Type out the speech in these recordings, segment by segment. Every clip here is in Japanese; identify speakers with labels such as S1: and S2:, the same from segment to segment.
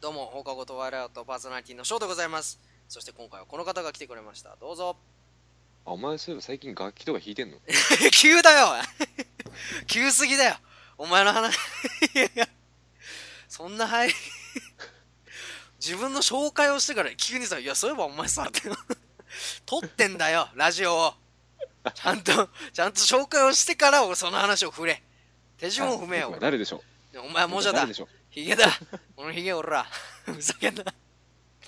S1: どうも、放課後トワイライトパーソナリティの翔でございます。そして今回はこの方が来てくれました。どうぞ。
S2: あお前そういえば最近楽器とか弾いてんの
S1: 急だよ 急すぎだよお前の話 いやいやそんな入り 自分の紹介をしてから急にさ「いやそういえばお前さ」って 撮ってんだよラジオをちゃんとちゃんと紹介をしてから俺その話を触れ手順を踏め
S2: あ
S1: よ
S2: 僕は誰でしょう
S1: 俺お前もじゃ
S2: 僕は
S1: だ
S2: 誰でしょう
S1: ヒゲだこのヒゲおら ふざけんな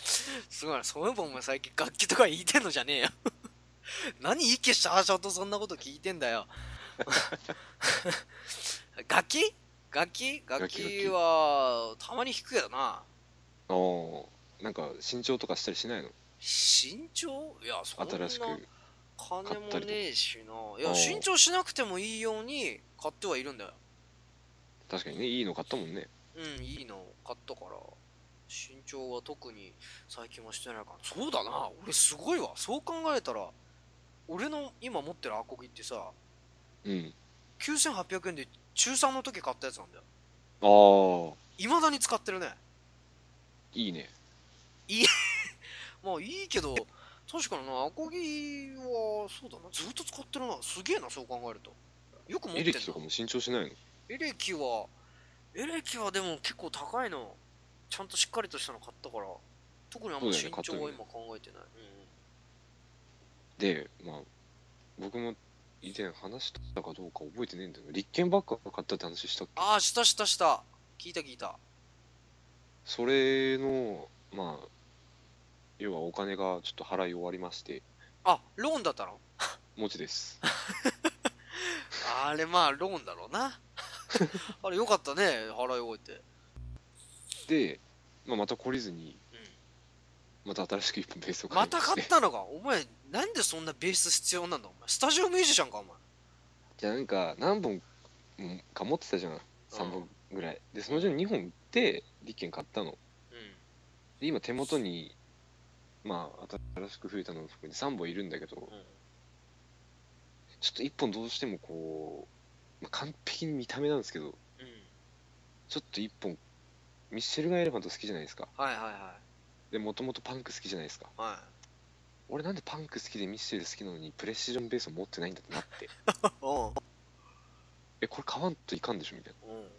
S1: すごいなそういえばお前最近楽器とか言いてんのじゃねえよ 何息しゃあしゃとそんなこと聞いてんだよ 楽器楽器楽
S2: 楽器
S1: 器はたまに弾くけどな
S2: あーなんか新調とかしたりしないの
S1: 身長いやそんな
S2: 新しく
S1: 金もねえしないや
S2: あー
S1: 身長しなくてもいいように買ってはいるんだよ
S2: 確かにねいいの買ったもんね
S1: うんいいの買ったから身長は特に最近はしてないからそうだな俺すごいわそう考えたら俺の今持ってるアコギってさ
S2: うん
S1: 9800円で中3の時買ったやつなんだよ
S2: ああ
S1: いまだに使ってるね
S2: いいね
S1: まあいいけど確かになアコギはそうだなずっと使ってるなすげえなそう考えるとよく持って
S2: エ
S1: んな
S2: レキとかも新調しないの
S1: エレキは、エレキはでも結構高いの。ちゃんとしっかりとしたの買ったから、特にあんま
S2: そうだ
S1: 身
S2: よね買った
S1: 長
S2: よね
S1: は今考えてない。
S2: でまあ僕も以前話したかどうか覚えてねえんだけどリッケンバッカー買ったって話したっけ
S1: ああ、したしたした。聞いた聞いた。
S2: それのまあ要はお金がちょっと払い終わりまして
S1: あ、ローンだったの
S2: 持ちです
S1: あれまあローンだろうな。 あれよかったね、払い終えて。
S2: で、まあ、また懲りずに
S1: うん
S2: また新しく一本ベースを買
S1: ま
S2: いま
S1: た
S2: して
S1: 買ったのか。お前、なんでそんなベース必要なんだお前。スタジオミュージシャンかお前。
S2: じゃあなんか何本もか持ってたじゃん3本ぐらい、でそのうちの2本売って立憲買ったので今手元にまあ新しく増えたのを含めて3本いるんだけどちょ
S1: うん。うん。
S2: っと1本どうしてもこう、まあ、完璧に見た目なんですけど
S1: うん。
S2: ちょっと1本ミッシェルガン・エレファント好きじゃないですか
S1: はいはいは
S2: でもともとパンク好きじゃないですか
S1: い。はい。
S2: 俺なんでパンク好きでミッシェル好きなのにプレシジョンベースを持ってないんだってなって
S1: う。
S2: えこれ買わんといかんでしょみたいなん
S1: うん。
S2: だ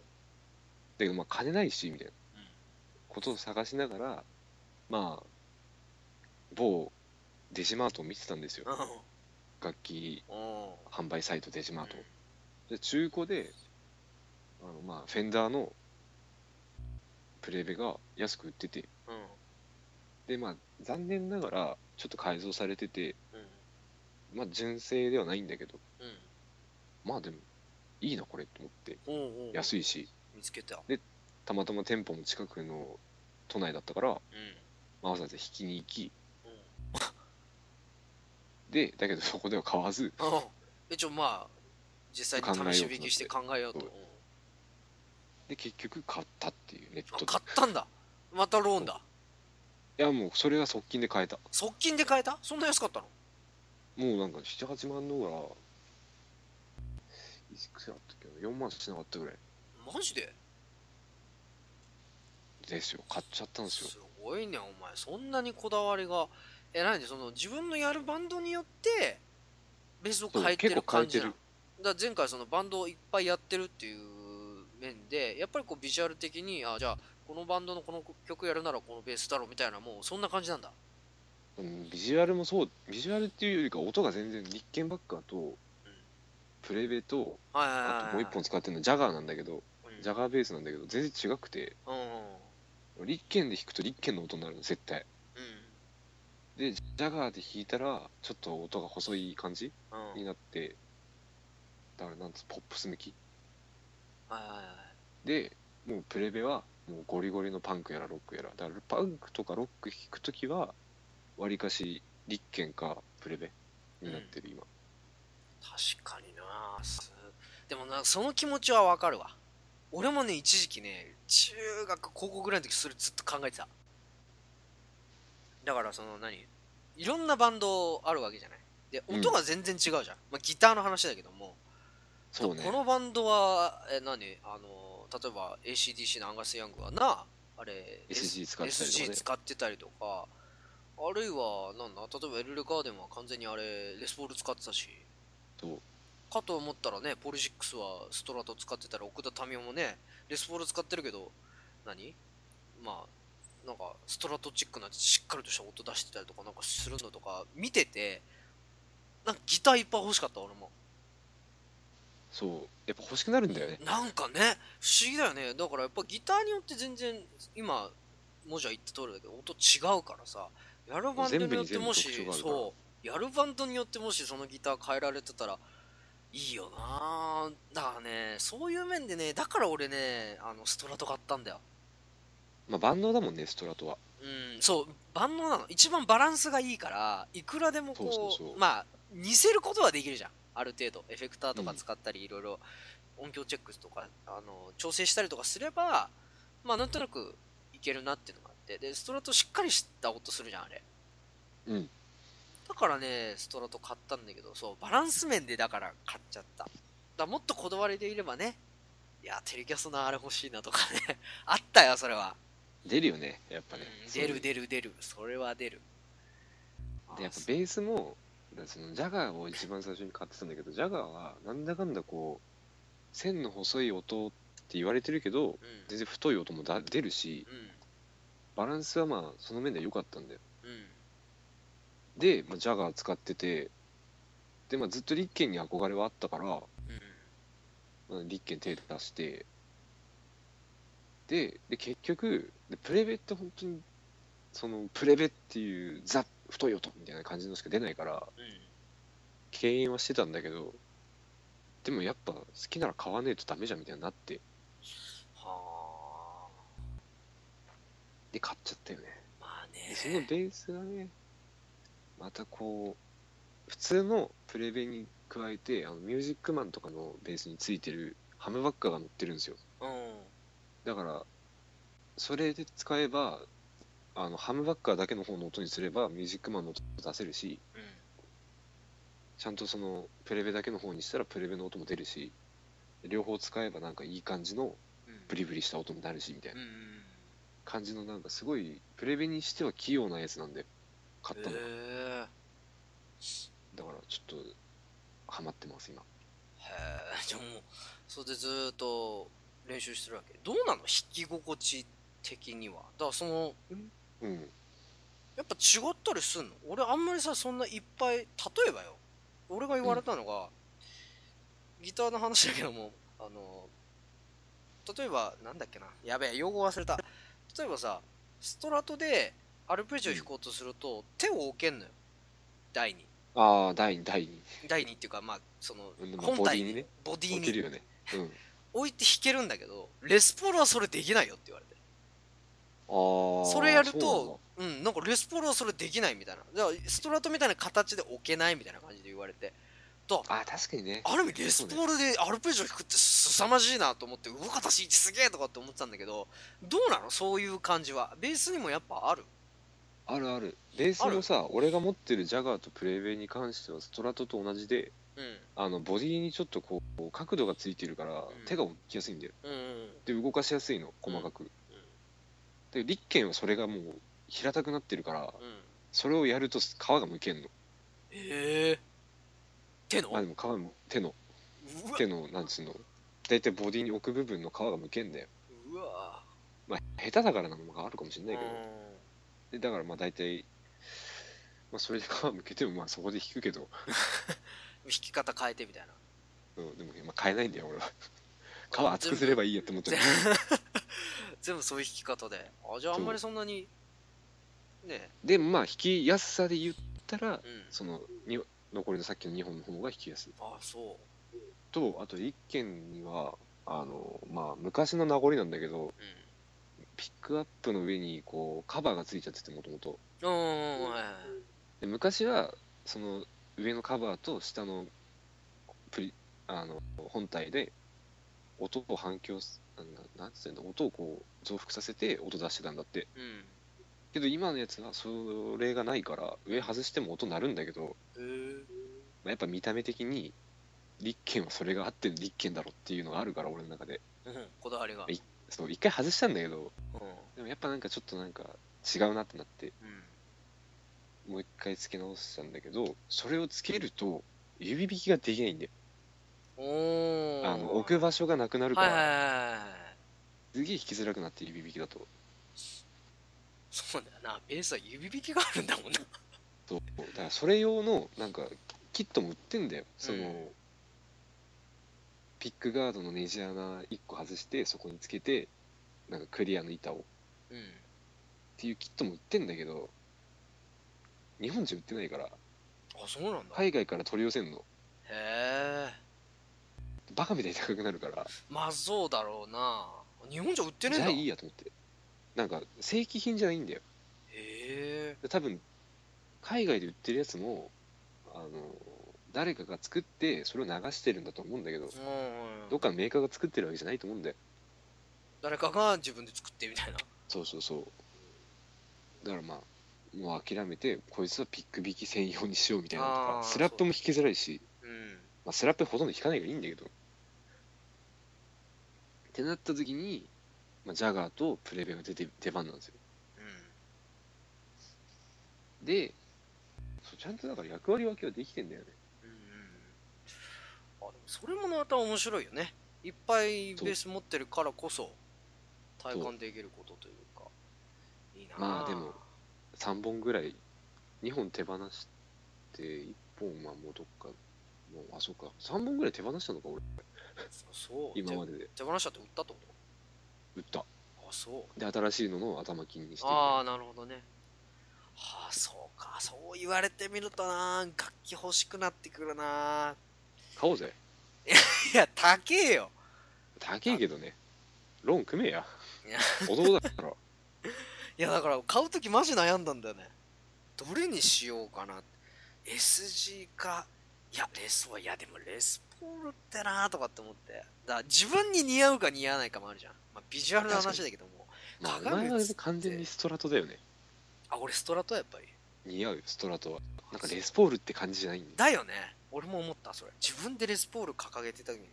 S2: けどまあ金ないしみたいな
S1: うん
S2: ことを探しながらまあ某デジマートを見てたんですよ楽器
S1: うん。
S2: 販売サイトデジマート
S1: うん
S2: で中古であのまあフェンダーのプレベが安く売ってて
S1: うん。
S2: でまあ残念ながらちょっと改造されてて
S1: うん。
S2: まあ純正ではないんだけど
S1: うん。
S2: まあでもいいなこれと思って
S1: おうおう
S2: 安いし
S1: 見つけた
S2: たまたま店舗も近くの都内だったから、
S1: う
S2: まあ、わざわざ引きに行き
S1: んうん
S2: でだけどそこでは買わず
S1: あえちょまあ実際に試し引きして考えようと
S2: 考えようとで結局買ったっていうネッ
S1: うん
S2: ト
S1: あ
S2: で
S1: 買ったんだまたローンだ
S2: いやもうそれが側近で買えた
S1: 側近で買えたそんな安かったの
S2: もうなんか78万のほらいくらだったっけな4万しなかったぐらい
S1: マジで
S2: ですよ買っちゃったんですよ
S1: すごいねお前そんなにこだわりがえ何その自分のやるバンドによってベースを変えて
S2: そ
S1: る
S2: う結構変
S1: 感
S2: えて
S1: じ
S2: る
S1: なのだから前回そのバンドをいっぱいやってるっていう面でやっぱりこうビジュアル的にあじゃあこのバンドのこの曲やるならこのベースだろみたいなもうそんな感じなんだ
S2: うんビジュアルもそうビジュアルっていうよりか音が全然立憲バッカーとプレベと
S1: はいはいはいはい
S2: あともう一本使ってるのジャガーなんだけど
S1: うん
S2: ジャガーベースなんだけど全然違くて
S1: うんうん
S2: 立憲で弾くと立憲の音になるの絶対でジャガーで弾いたらちょっと音が細い感じ
S1: うんうん
S2: になってだからなんつうポップス向き
S1: はいはいはい
S2: でもうプレベはもうゴリゴリのパンクやらロックやらだからパンクとかロック弾くときはわりかし立憲かプレベになってる今、
S1: 確かになすでもなその気持ちはわかるわ俺もね一時期ね中学高校ぐらいの時それずっと考えてただからその何いろんなバンドあるわけじゃないで
S2: うん
S1: 音が全然違うじゃん、まあ、ギターの話だけども
S2: そうね
S1: このバンドはえ何あの例えば ACDC のアンガス・ヤングはなあれ
S2: SG 使ってたりとか
S1: SG
S2: ね
S1: 使ってたりとかあるいはなんだ例えばエルレガーデンは完全にあれレスポール使ってたし
S2: そう
S1: かと思ったらねポリシックスはストラト使ってたら奥田民生もねレスポール使ってるけど何まあなんかストラトチックなしっかりとした音出してたりとかなんかするのとか見ててなんかギターいっぱい欲しかった俺も
S2: そうやっぱ欲しくなるんだよね
S1: なんかね不思議だよねだからやっぱギターによって全然今もじゃ言った通りだけど音違うからさやるバンドによってもし
S2: 全部に全部特徴があるから
S1: そうやるバンドによってもしそのギター変えられてたらいいよなだからねそういう面でねだから俺ねあのストラト買ったんだよ
S2: まあ万能だもんねストラトは
S1: うんそう万能なの一番バランスがいいからいくらでもこう
S2: そうそうそう
S1: まあ似せることはできるじゃんある程度エフェクターとか使ったりいろいろ音響チェックとかあの調整したりとかすればまあなんとなくいけるなっていうのがあってでストラトしっかりした音するじゃんあれ
S2: うん
S1: だからねストラト買ったんだけどそうバランス面でだから買っちゃっただからもっとこだわりでいればねいやテレキャスのあれ欲しいなとかね あったよそれは
S2: 出るよねやっぱね
S1: うん出る出る出るそれは出る
S2: でやっぱベースもだそのジャガーを一番最初に買ってたんだけどジャガーはなんだかんだこう線の細い音って言われてるけど
S1: う
S2: 全然太い音もだ出るし
S1: ん
S2: バランスはまあその面では良かったんだよ
S1: うんうん
S2: で、まあ、ジャガー使っててで、まあ、ずっと立憲に憧れはあったから、ま
S1: うん
S2: あ、立憲手出してでで結局でプレベって本当にそのプレベっていうザ太い音みたいな感じのしか出ないから
S1: うん
S2: 敬遠はしてたんだけどでもやっぱ好きなら買わねえとダメじゃんみたいになって
S1: は
S2: で買っちゃったよね
S1: あまあね
S2: でそのベースがねまたこう普通のプレベに加えてあのミュージックマンとかのベースについてるハムバッカーが乗ってるんですよ
S1: うん
S2: だからそれで使えばあのハムバッカーだけの方の音にすればミュージックマンの音も出せるし
S1: うん
S2: ちゃんとそのプレベだけの方にしたらプレベの音も出るし両方使えばなんかいい感じの
S1: うん
S2: ブリブリした音になるしみたいな
S1: うんうん
S2: 感じのなんかすごいプレベにしては器用なやつなんで買ったのが、
S1: へえ
S2: だからちょっとハマってます今
S1: へえじゃあもうそれでずーっと練習してるわけどうなの弾き心地的にはだからその
S2: うん
S1: やっぱ違ったりすんの俺あんまりさそんないっぱい例えばよ俺が言われたのが、ギターの話だけどもあの例えばなんだっけなやべえ用語忘れた例えばさストラトでアルペジオ弾こうとすると、手を置けんのよ台に
S2: ああ第2第2
S1: 台にっていうかまあその
S2: うんまあ
S1: 本体
S2: ボディにね
S1: ボディ
S2: 置
S1: に
S2: けるよねうん
S1: 置いて弾けるんだけどレスポールはそれできないよって言われて
S2: ああ
S1: それやるとうんなんかレスポールはそれできないみたいなだからストラトみたいな形で置けないみたいな感じで言われて
S2: ああ確かにね
S1: ある意味レスポールでアルペジオ弾くって凄まじいなと思って動かたしいちすげえとかって思ってたんだけどどうなのそういう感じはベースにもやっぱある
S2: あるあるベースもさ俺が持ってるジャガーとプレベに関してはストラトと同じで
S1: うん
S2: あのボディにちょっとこう角度がついてるから
S1: ん
S2: 手が置きやすいんだよ
S1: うんうん
S2: で動かしやすいの細かく、で立憲はそれがもう平たくなってるか
S1: う
S2: ら
S1: ん
S2: それをやると皮がむけんの
S1: へえ手のう
S2: まあ
S1: わ
S2: でも皮も手の手のなんつうの大体ボディに置く部分の皮がむけんだよ
S1: うわ
S2: まあ下手だからなのもあるかもしれ
S1: う
S2: なんいけど、でだからまあ大体、まあ、それで皮むけてもまあそこで弾くけど、
S1: 弾き方変えてみたいな
S2: うん、でも、まあ、変えないんだよ俺は皮厚くすればいいやって思っちゃう
S1: 全 全部そういう弾き方であじゃああんまりそんなにね
S2: でもまあ弾きやすさで言ったら
S1: えうん
S2: そのに残りのさっきの2本の方が弾きやすい
S1: あそう
S2: とあと一軒にはあのまあ昔の名残なんだけど
S1: う
S2: ピックアップの上にこうカバーがついちゃっててもともと
S1: んうんうんはいはい
S2: で昔はその上のカバーと下のプリあの本体で音を反響すなんだなんつってんだ音をこう増幅させて音出してたんだって
S1: うん
S2: けど今のやつはそれがないから上外しても音鳴るんだけど、
S1: へ
S2: まあやっぱ見た目的に立憲はそれがあって立憲だろっていうのがあるから俺の中で
S1: えうんこだわりが
S2: いそう一回外したんだけど
S1: うん
S2: でもやっぱなんかちょっとなんか違うなってなって
S1: うん
S2: もう一回付け直したんだけどそれをつけると指引きができないんだよ
S1: おー
S2: あの置く場所がなくなるか
S1: はいはい
S2: ら
S1: はいはい
S2: すげえ引きづらくなって指引きだと
S1: そうだよなベースは指引きがあるんだもんな
S2: そうだからそれ用のなんかキットも売ってんだよそ
S1: う
S2: の、
S1: ん
S2: ピックガードのネジ穴1個外してそこにつけてなんかクリアの板をっ
S1: うん
S2: ていうキットも売ってんだけど日本じゃ売ってないから
S1: あそうなんだ、へ
S2: 海外から取り寄せんの
S1: え
S2: バカみたいに高くなるから
S1: まあそうだろうな日本じゃ売ってねえん
S2: じゃ
S1: だ
S2: あいいやと思ってなんか正規品じゃないんだよ
S1: へえ
S2: で多分海外で売ってるやつもあの誰かが作ってそれを流してるんだと思うんだけど
S1: うんうん
S2: どっかのメーカーが作ってるわけじゃないと思うんだよ
S1: 誰かが自分で作ってみたいな
S2: そうそうそうだからまあもう諦めてこいつはピック引き専用にしようみたいなのと
S1: あ
S2: か
S1: ー
S2: スラップも引きづらいし、
S1: うん
S2: まあ、スラップほとんど引かないからいいんだけどってなった時に、まあ、ジャガーとプレベが出て出番なんですよ
S1: うん
S2: でそうちゃんとだから役割分けはできてんだよね
S1: うんうんあでもそれもまた面白いよねいっぱいベース持ってるからこそ体感できることというかいいな
S2: まあでも3本ぐらい2本手放して1本はもうどっかもうあそうか3本ぐらい手放したのか俺
S1: そう
S2: 今ま
S1: で
S2: でで
S1: 手放しちゃって売ったってこ
S2: 売った
S1: とあそう
S2: で新しいのの頭金にして
S1: ああなるほどねはあそうかそう言われてみるとな楽器欲しくなってくるな
S2: 買おうぜ
S1: いや高えよ
S2: 高えけどねローン組めや
S1: いや
S2: 男だから
S1: いやだから買う時マジ悩んだんだよねどれにしようかな SG かいやレスはいやでもレスポールってなとかって思ってだから自分に似合うか似合わないかもあるじゃん、まあ、ビジュアルの話だけども
S2: まあお
S1: 鏡
S2: 前は
S1: 映って
S2: 完全にストラトだよね
S1: あ俺ストラトやっぱり
S2: 似合うよストラトはなんかレスポールって感じじゃないんだよ
S1: だよね俺も思ったそれ自分でレスポール掲げてた時に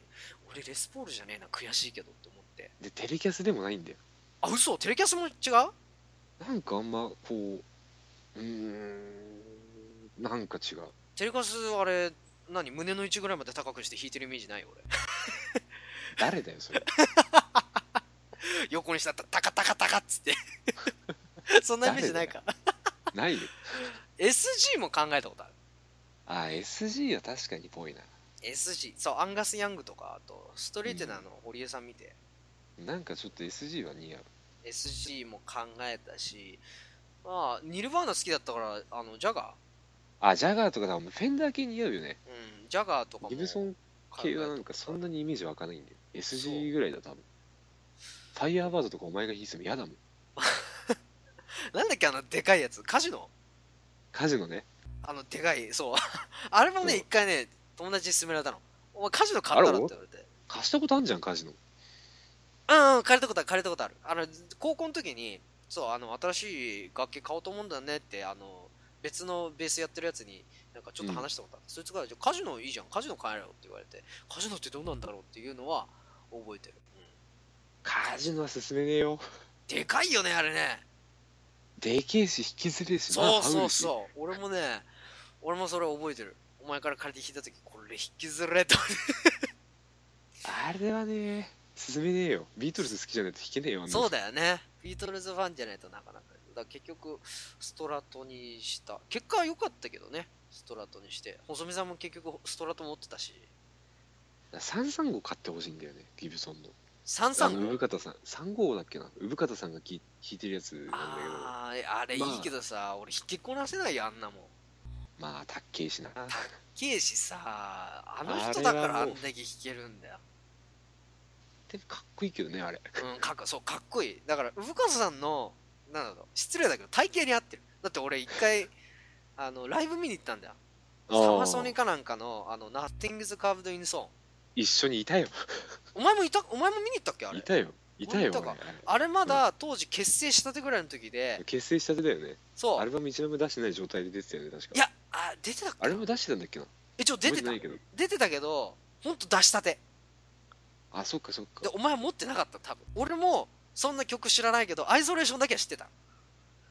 S1: 俺レスポールじゃねえな悔しいけどって思って
S2: でテレキャスでもないんだよ
S1: あ嘘テレキャスも違う
S2: なんかあんまこううーんなんか違う
S1: テレキャスあれ何胸の位置ぐらいまで高くして弾いてるイメージない俺
S2: 誰だよそれ
S1: 横にしたらタカタカタカっつって そんなイメージないか
S2: ないよ
S1: SG も考えたことある
S2: あ SG は確かにぽいな
S1: SG そうアンガス・ヤングとかあとストリートナーの堀江さん見て、
S2: なんかちょっと SG は似合う
S1: SG も考えたしまあニルバーナ好きだったからあのジャガ
S2: あジャガーとかだフェンダー系似合うよね
S1: ーうんジャガーとかも
S2: ギブソン系はなんかそんなにイメージ湧かないんだよ SG ぐらいだ多分ファイヤーバードとかお前が弾いても嫌だもん
S1: なんだっけあのでかいやつカジノ
S2: カジノね
S1: あのでかいそう あれもね
S2: そう
S1: 一回ね友達に勧められたのお前カジノ買ったら
S2: あ
S1: って言
S2: ら
S1: われて
S2: 貸したことあんじゃんカジノ
S1: うんうん、借りたことある、借りたことある。あの、高校の時に、そう、あの、新しい楽器買おうと思うんだねって、あの、別のベースやってるやつに、なんかちょっと話したことあって、そいつから、じゃあカジノいいじゃん、カジノ買えろよって言われて、カジノってどうなんだろうっていうのは覚えてる。うん
S2: カジノは進めねえよ
S1: でかいよね、あれね。
S2: でけえし引きずれえし
S1: そう
S2: まあ
S1: そう
S2: 羽織るし
S1: そう。俺もね、俺もそれ覚えてる。お前から借りて弾いた時、これ引きずれと。
S2: あれはね進めねえよビートルズ好きじゃないと弾けねえよあんなの
S1: そうだよね。ビートルズファンじゃないとなかなか。だから結局、ストラトにした。結果は良かったけどね、ストラトにして。細見さんも結局ストラト持ってたし。
S2: 335買ってほしいんだよねギブソンのあの
S1: 33
S2: 産方さん3号だっけな産方さんがき弾いてるやつなんだけど
S1: あーあれいいけどさ、俺引きこなせないよ、あんなもん。
S2: まあたっけえしな
S1: ケイシさ、あの
S2: あ
S1: 人
S2: れ
S1: だ
S2: は
S1: からあん
S2: もう
S1: だけ弾けるんだよ。
S2: でもかっこいいけどねあれ
S1: うん、かっこそう、かっこいい。だから、産川さんの、なんだろう、失礼だけど、体型に合ってる。だって俺一回、あの、ライブ見に行ったんだよ。サマソニかなんかの、あの、Nothing's Carved in Stone。
S2: 一緒にいたよ
S1: お前もいたお前も見に行ったっけあ
S2: い
S1: れ
S2: たよいたよ
S1: いたか
S2: 俺あれ
S1: あれまだ当時結成したてぐらいの時で
S2: 結成したてだよね
S1: そ
S2: ア
S1: う
S2: ルバム一度も出してない状態で出てたよね確か
S1: いやあ出てたっけ
S2: アルバム出してたんだっけな
S1: えちょ出てた
S2: 覚えないけど
S1: 出てたけどほんと出したて
S2: あそっかそっ
S1: で
S2: か
S1: お前は持ってなかった多分俺もそんな曲知らないけどアイソレーションだけは知ってた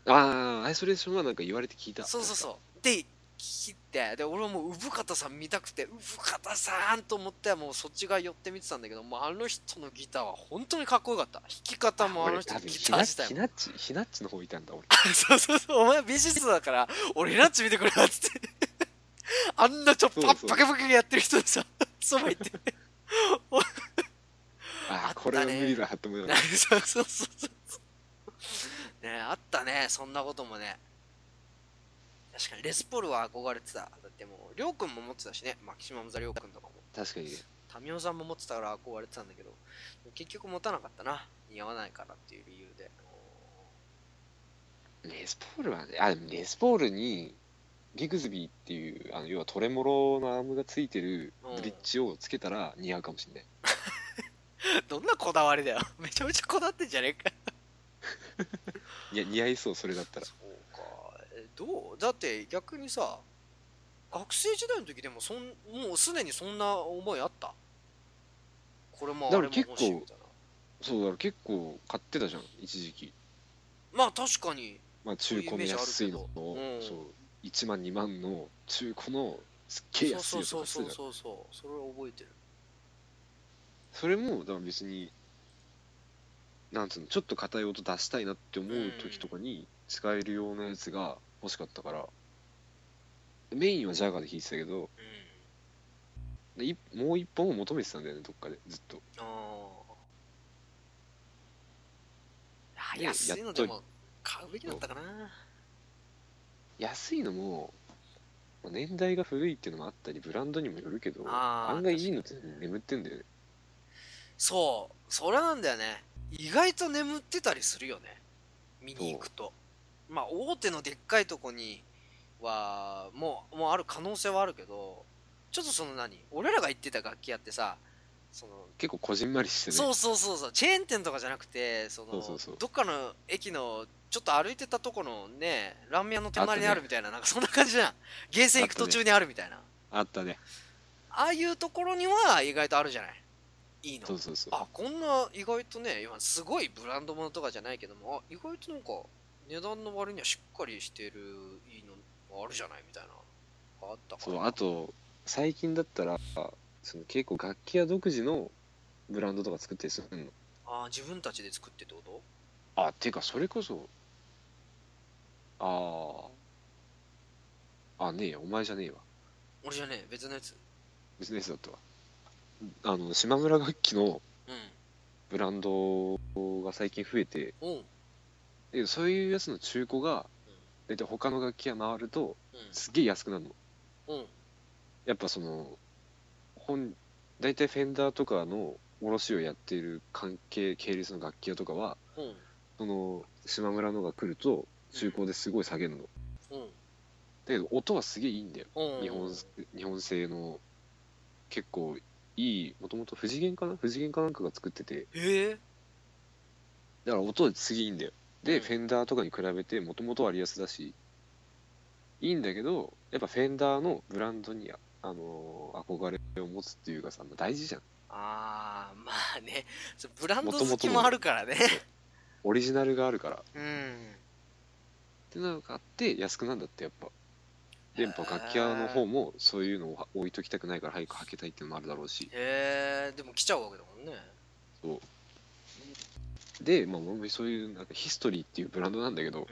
S2: ああアイソレーションはなんか言われて聞いた
S1: そうそうそうで聞いてで俺はもう産方さん見たくて産方さんと思ってもうそっち側寄って見てたんだけどもうあの人のギターは本当にかっこよかった弾き方もあの
S2: 俺
S1: 人
S2: 多
S1: の
S2: 分
S1: ギ
S2: ひ
S1: ター
S2: なっ
S1: 自体も
S2: ちひなっちひなっちの方いたんだ俺
S1: そうそうそう、お前美術だから、俺ランチ見てくれっつって。 あんなちょっぱ
S2: そうそう
S1: パケパケやってる人でさ、 そば行って。あ
S2: あ
S1: ったね
S2: あこれは無理だと思いながら
S1: そうそうそうそう。ねえあったね、そんなこともね。確かに、レスポールは憧れてた。だってもう、りょうくんも持ってたしね、マキシマムザりょうくんとかも。
S2: 確かにね
S1: タミオさんも持ってたから憧れてたんだけど、結局持たなかったな。似合わないからっていう理由で。
S2: レスポールはねあでもレスポールにビグズビーっていうあの要はトレモロのアームがついてるブリッジをつけたら似合うかもしれない
S1: どんなこだわりだよ。めちゃめちゃこだわってんじゃねえか。
S2: いや似合いそうそれだったら
S1: そうかえどうだって逆にさ学生時代の時でもそんもうすでにそんな思いあったこれもあれ
S2: だ
S1: も
S2: から結構
S1: 欲しいみたいな
S2: そうだから結構買ってたじゃん一時期
S1: まあ確かに
S2: まあ中古の安いの
S1: そういうイメー
S2: を
S1: ジあるけ
S2: そ
S1: ど
S2: う1万2万の中古のすっげえ安い
S1: そう
S2: やつ
S1: そう
S2: 買ってたじゃ
S1: そ
S2: ん
S1: うそうそうそれを覚えてる
S2: それもだから別になんつうのちょっと硬い音出したいなって思う時とかに使えるようなやつが欲しかったからメインはジャガーで弾いてたけど
S1: うん
S2: でいもう一本を求めてたんだよねどっかでずっと
S1: ああ
S2: で
S1: 安い
S2: や
S1: の
S2: っと
S1: でも買うべきだったかな
S2: 安いのもまあ年代が古いっていうのもあったりブランドにもよるけど
S1: あー
S2: 案外いいのって眠ってんだよね
S1: そうそれなんだよね意外と眠ってたりするよね見に行くとまあ大手のでっかいとこにはもうもうある可能性はあるけどちょっとその何俺らが行ってた楽器屋ってさその
S2: 結構こじんまりしてね
S1: そうそうそうそうチェーン店とかじゃなくてその
S2: そうそうそう
S1: どっかの駅のちょっと歩いてたとこのねラーメン屋の隣にあ
S2: あったね
S1: るみたいななんかそんな感じじゃんゲーセン行く途中にあるみたいな
S2: あったね
S1: ああいうところには意外とあるじゃないいいの
S2: そうそうそう
S1: あこんな意外とね今すごいブランドものとかじゃないけどもあ意外となんか値段の割にはしっかりしてるいいのがあるじゃないみたいなのがあったか
S2: そ
S1: ら
S2: うあと最近だったらその結構楽器屋独自のブランドとか作ってするの
S1: あ自分たちで作ってってこと
S2: あてかそれこそあああねえやお前じゃねえわ
S1: 俺じゃねえ別のやつ
S2: 別のやつだったわあの島村楽器の
S1: うん
S2: ブランドが最近増えて
S1: おう、
S2: でそういうやつの中古が大体他の楽器屋回るとすっげえ安くなるの
S1: うんうん
S2: やっぱその本大体フェンダーとかの卸をやっている関係系列の楽器屋とかは
S1: うん
S2: その島村のが来ると中古ですごい下げるの、だ
S1: うん
S2: けど音はすげえいいんだよ、
S1: うん
S2: 日本日本製の結構いいもともと藤源かな藤源かなんかが作ってて
S1: ええ
S2: だから音はすげえいいんだよで、
S1: うん
S2: フェンダーとかに比べてもともと割安だしいいんだけどやっぱフェンダーのブランドにあのー憧れを持つっていうかさ大事じゃん
S1: ああまあねそうブランド好きもあるからね
S2: オリジナルがあるからっ
S1: うん
S2: てなのがあって安くなんだってやっぱ電波楽器屋の方もそういうのを置いときたくないから早く履けたいっていうのもあるだろうし
S1: へえでも来ちゃうわけだもんね
S2: で、まあ、俺もそういうなんかヒストリーっていうブランドなんだけど
S1: うんへ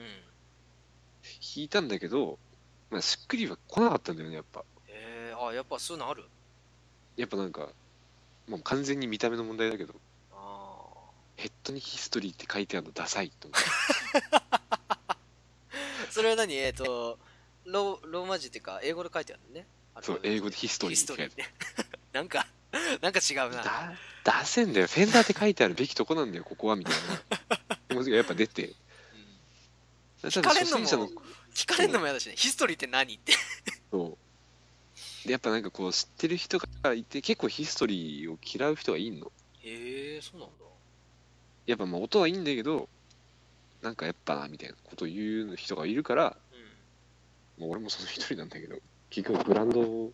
S2: 弾いたんだけど、まあ、しっくりは来なかったんだよねやっぱ
S1: えあやっぱそういうのある
S2: やっぱなんかもう完全に見た目の問題だけど
S1: ああ
S2: ヘッドにヒストリーって書いてあるのダサいと 思って
S1: それは何えっ、とロローマ字っていうか英語で書いてあるのねあれ
S2: そう英語でヒストリ
S1: ヒ
S2: ーっ
S1: スト
S2: て書い
S1: リ
S2: て
S1: ー
S2: ある
S1: ね なんかなんか違うな
S2: だ出せんだよフェンダーって書いてあるべきとこなんだよここはみたい な気持ちがやっぱ出て
S1: うん
S2: 多
S1: 聞
S2: 分
S1: かれ
S2: 初
S1: んのも
S2: 心者の
S1: 聞かれるのも嫌だしねヒストリーって何って
S2: そうでやっぱなんかこう知ってる人がいて結構ヒストリーを嫌う人がいんの
S1: へえそうなんだ
S2: やっぱまあ音はいいんだけどなんかやっぱなみたいなことを言う人がいるから
S1: う
S2: もう俺もその一人なんだけど結局ブランドを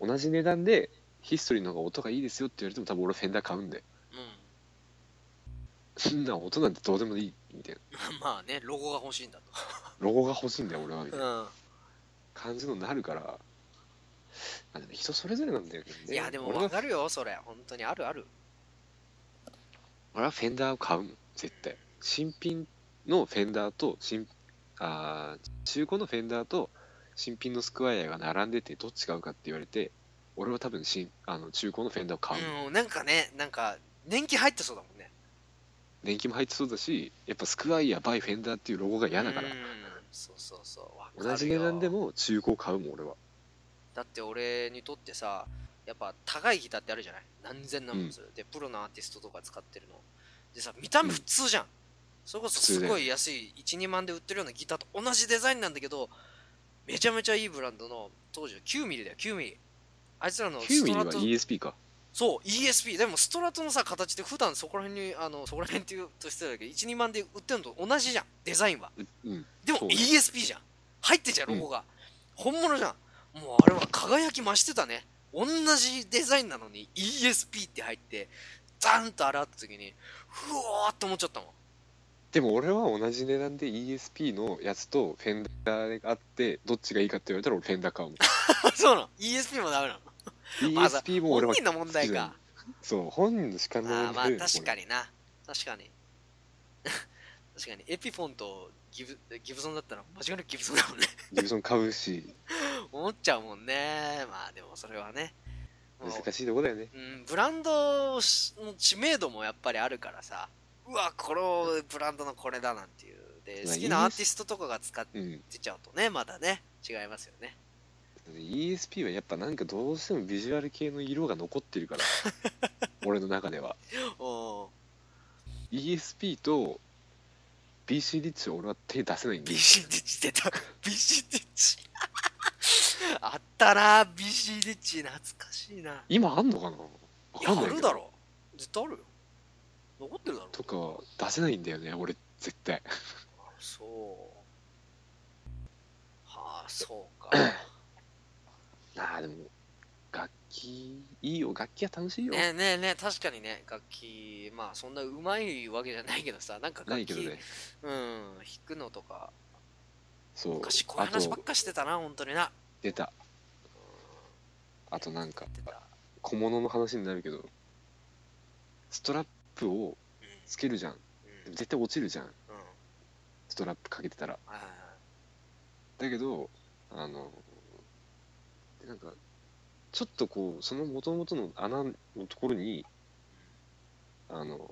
S2: 同じ値段でヒストリーの方が音がいいですよって言われても多分俺フェンダー買うんだよ
S1: んうん
S2: そんな音なんてどうでもいいみたいな
S1: まあね、ロゴが欲しいんだと。
S2: ロゴが欲しいんだよ俺はみたいな
S1: うん。
S2: 感じのになるからあでも人それぞれなんだよね
S1: いや、でも
S2: 俺
S1: わ
S2: は
S1: かるよ、それ。本当にあるある。
S2: 俺はフェンダーを買うもん絶対新品のフェンダーと新あー中古のフェンダーと新品のスクワイヤーが並んでてどっち買うかって言われて俺は多分新あの中古のフェンダーを買う、
S1: うん、なんかね、なんか、年季入ってそうだもんね。
S2: 年季も入ってそうだしやっぱスクワイヤー by フェンダーっていうロゴが嫌だから
S1: うん、そうそうそう。わかるよ
S2: 同じ値段でも中古を買うもん俺は
S1: だって俺にとってさやっぱ高いギターってあるじゃない何千何もする、でプロのアーティストとか使ってるのでさ見た目普通じゃん、それこそ
S2: 普通だよ
S1: すごい安い12万で売ってるようなギターと同じデザインなんだけどめちゃめちゃいいブランドの当時の9ミリだよ9ミリあいつらの
S2: 9
S1: ス
S2: ミ
S1: ト
S2: リは
S1: ラト
S2: ESP か
S1: そう ESP でもストラトのさ形って普段そこら辺にあのそこら辺っていうとしてだけど12万で売ってるのと同じじゃんデザインは
S2: うん
S1: でも
S2: そうね
S1: ESP じゃん入ってんじゃんロゴが、本物じゃんもうあれは輝き増してたね同じデザインなのに ESP って入ってザンと洗った時にふわーって思っちゃったもん
S2: でも俺は同じ値段で ESP のやつとフェンダーがあってどっちがいいかって言われたら俺フェンダー買うもん
S1: あそうなの ESP もダメなの まあさ
S2: ESP も俺
S1: 本
S2: は
S1: 人の問題
S2: 好きじゃない
S1: か
S2: そう本人の主観の
S1: あー
S2: 問
S1: まあ
S2: 題
S1: 確か
S2: に
S1: にな確かに 確かにエピフォンとギブギブソンだったら間違いなくギブソンだもんね
S2: ギブソン買うし
S1: 思っちゃうもんねまあでもそれはねもう
S2: 難しいとこだよね
S1: うん、ブランドの知名度もやっぱりあるからさうわこのブランドのこれだなんていうで
S2: まあ
S1: 好きなアーティストとかが使っ
S2: うん
S1: てちゃうとねまだね違いますよね
S2: ESP はやっぱなんかどうしてもビジュアル系の色が残ってるから 俺の中では
S1: おー
S2: ESP と BC リッチは俺は手出せないんで
S1: ビシディッチ出た ビシディッチ あったなビシディッチ懐かしいな
S2: 今あんのかなわ
S1: いや
S2: かんない
S1: あ
S2: けど
S1: るだろ絶対あるよ残ってるだろ
S2: とか出せないんだよね俺絶 対
S1: そうはあそう か
S2: ああでも楽器いいよ楽器は楽しいよ、
S1: ねえねえねえ確かにね楽器まあそんなうまいわけじゃないけどさなんか
S2: な
S1: 楽
S2: い
S1: 器、
S2: けどね
S1: うん弾くのとか
S2: そう
S1: 昔こういう
S2: あ
S1: 話ばっ
S2: と
S1: かしてたな本当にな
S2: 出たあとなんか
S1: 言ってた
S2: 小物の話になるけどストラップを
S1: うん
S2: つけるじゃん
S1: うんうん
S2: 絶対落ちるじゃん
S1: うん
S2: ストラップかけてたら
S1: はいはい
S2: だけどあのでなんかちょっとこうその元々の穴のところにあの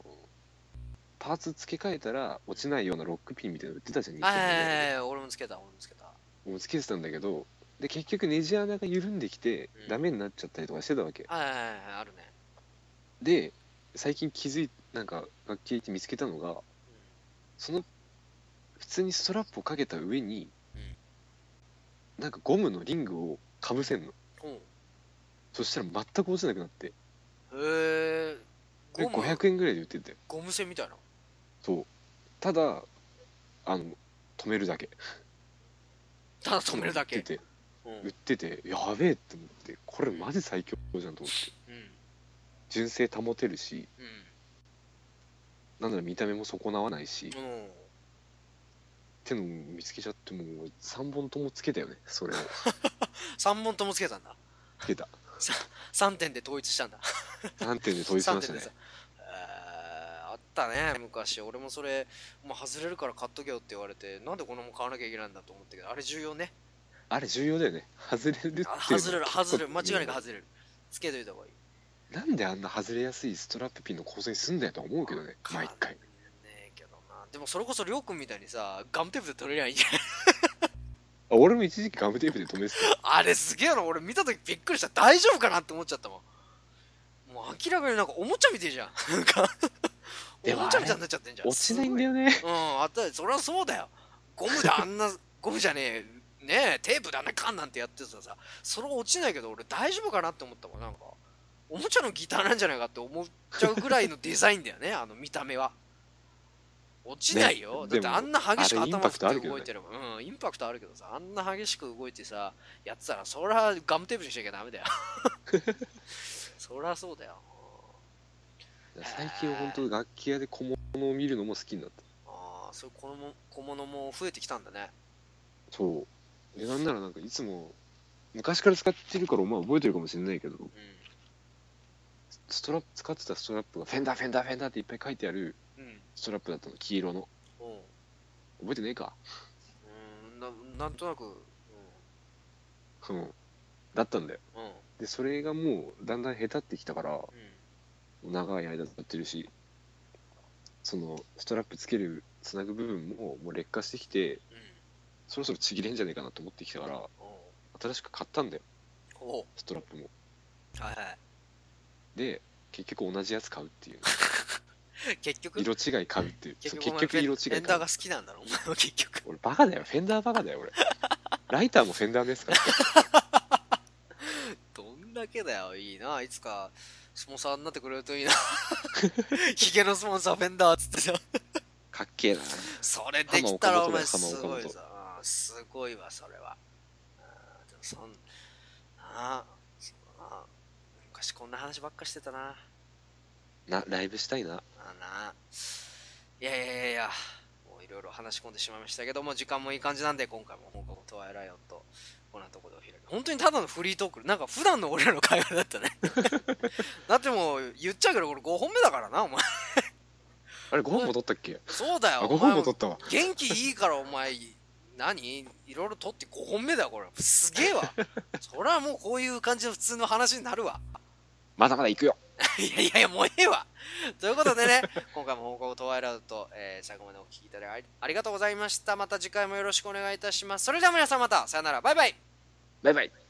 S2: パーツ付け替えたら落ちないようなロックピンみたいなの売ってたじゃん
S1: はいはいはいはい俺もつけた俺もつけた
S2: もうつけてたんだけどで結局ネジ穴が緩んできて
S1: うん
S2: ダメになっちゃったりとかしてたわけ、
S1: はいはいはいはいあるね
S2: で最近気づいなんか楽器屋行って見つけたのがその普通にストラップをかけた上に、なんかゴムのリングをかぶせんの
S1: うんうん
S2: そしたら全く落ちなくなって
S1: へえ
S2: で
S1: ゴム
S2: 500円ぐらいで売ってて
S1: ゴム製みたいな
S2: そうただあの止めるだけ
S1: ただ止めるだ
S2: 売っ
S1: け
S2: てて
S1: うんうん
S2: 売っててやべえって思ってこれマジ最強じゃんと思って純正保てるしなんなら見た目も損なわないし、
S1: うんうん
S2: ってのを見つけちゃってもう3本ともつけたよねそれを
S1: 3本ともつけたんだ
S2: つけた
S1: 3点で統一したんだ
S2: 3点で統一しましたね
S1: 3.0さえーあったね昔俺もそれ、まあ、外れるから買っとけよって言われてなんでこのもん買わなきゃいけないんだと思ったけどあれ重要ね
S2: あれ重要だよね外れるっていうの
S1: あ
S2: は
S1: 外れる
S2: 結構
S1: 外 れる間違いなく外れるつけといた方がいい
S2: なんであんな外れやすいストラップピンの構成にすんだよとは思うけどね
S1: 買
S2: 毎
S1: わ
S2: 回
S1: ねえけどなでもそれこそりょうくんみたいにさガムテープで取れりゃいいんじゃ ない
S2: あ俺も一時期ガムテープで止めてた
S1: あれすげえな俺見た時びっくりした大丈夫かなって思っちゃったもんもう明らかになんかおもちゃみてえじゃんなんか
S2: で
S1: お
S2: も
S1: もちゃみたいになっちゃってんじゃん
S2: 落ちないん
S1: よ
S2: だよね
S1: うん、あったそりゃそうだよ。ゴムであんな、 ゴムじゃねえ、ねえ、テープであんなカンなんてやってたらさ、それは落ちないけど、俺大丈夫かなって思ったもん、なんか。おもちゃのギターなんじゃないかって思っちゃうぐらいのデザインだよ ね、あの見た目は。落ちないよ。だ
S2: ね
S1: ってあんな激しく
S2: でもあれイン
S1: 頭
S2: パクトあ
S1: 振っ
S2: る
S1: て
S2: けど
S1: 動
S2: ね
S1: いてれば、うん、インパクトあるけどさ、あんな激しく動いてさ、やってたら、そりゃ ガムテープにしなきゃダメだよ。そりゃそうだよ。
S2: だから最近は本当楽器屋で小物を見るのも好きになった
S1: ああそういう小物小物も増えてきたんだね
S2: そうでなんならなんかいつも昔から使ってるからお前覚えてるかもしれないけどストラップ使ってたストラップがフェンダーフェンダーフェンダーっていっぱい書いてある
S1: うんうん
S2: ストラップだったの黄色の
S1: おう
S2: 覚えてねえか
S1: うんななんとなく
S2: うんだったんだよ
S1: うんうん
S2: でそれがもうだんだん下手ってきたから
S1: うん
S2: 長い間やってるしそのストラップつけるつなぐ部分ももう劣化してきて
S1: うん
S2: そろそろちぎれんじゃねえかなと思ってきたから
S1: おう
S2: 新しく買ったんだよ
S1: おう
S2: ストラップも
S1: はいは
S2: で結局同じやつ買うっ ていう
S1: い結局
S2: 色違い買うっていうそう
S1: お
S2: 結
S1: 前
S2: 局色違い
S1: フェン
S2: 買
S1: ダ
S2: う
S1: ーが好きなんだろお 前は結局
S2: 俺バカだよフェンダーバカだ よ俺ライターもフェンダーですから
S1: どんだけだよいいないつかスポンサーになってくれるといいな ヒゲのスポンサーフェンダーっつってさ
S2: かっけえな
S1: それできたらお前
S2: 浜
S1: す
S2: 岡本
S1: ご
S2: だ
S1: いさうんすごいわそれはうんでもそんなあそうだな昔こんな話ばっかしてたな
S2: なライブしたいな
S1: あないやいやいやいやもういろいろ話し込んでしまいましたけども時間もいい感じなんで今回も報告とはえらいよとこんなところでお開き本当にただのフリートークなんか普段の俺らの会話だ ったねだってもう言っちゃうけどこれ5本目だからなお前
S2: あれ5本も撮ったっけ
S1: そうだよ
S2: あ5
S1: お
S2: 本
S1: 前
S2: も
S1: も
S2: 撮ったわ
S1: 元気いいからお前何いろいろ撮って5本目だよこれすげえ わそりゃもうこういう感じの普通の話になるわ
S2: まだまだ行くよ
S1: いやいやいや、もうええわということでね、今回も報告トワイラウト、えー最後までお聞きいただきありありがとうございました。また次回もよろしくお願いいたします。それでは皆さんまた、さよなら、バイバイ
S2: バイバイ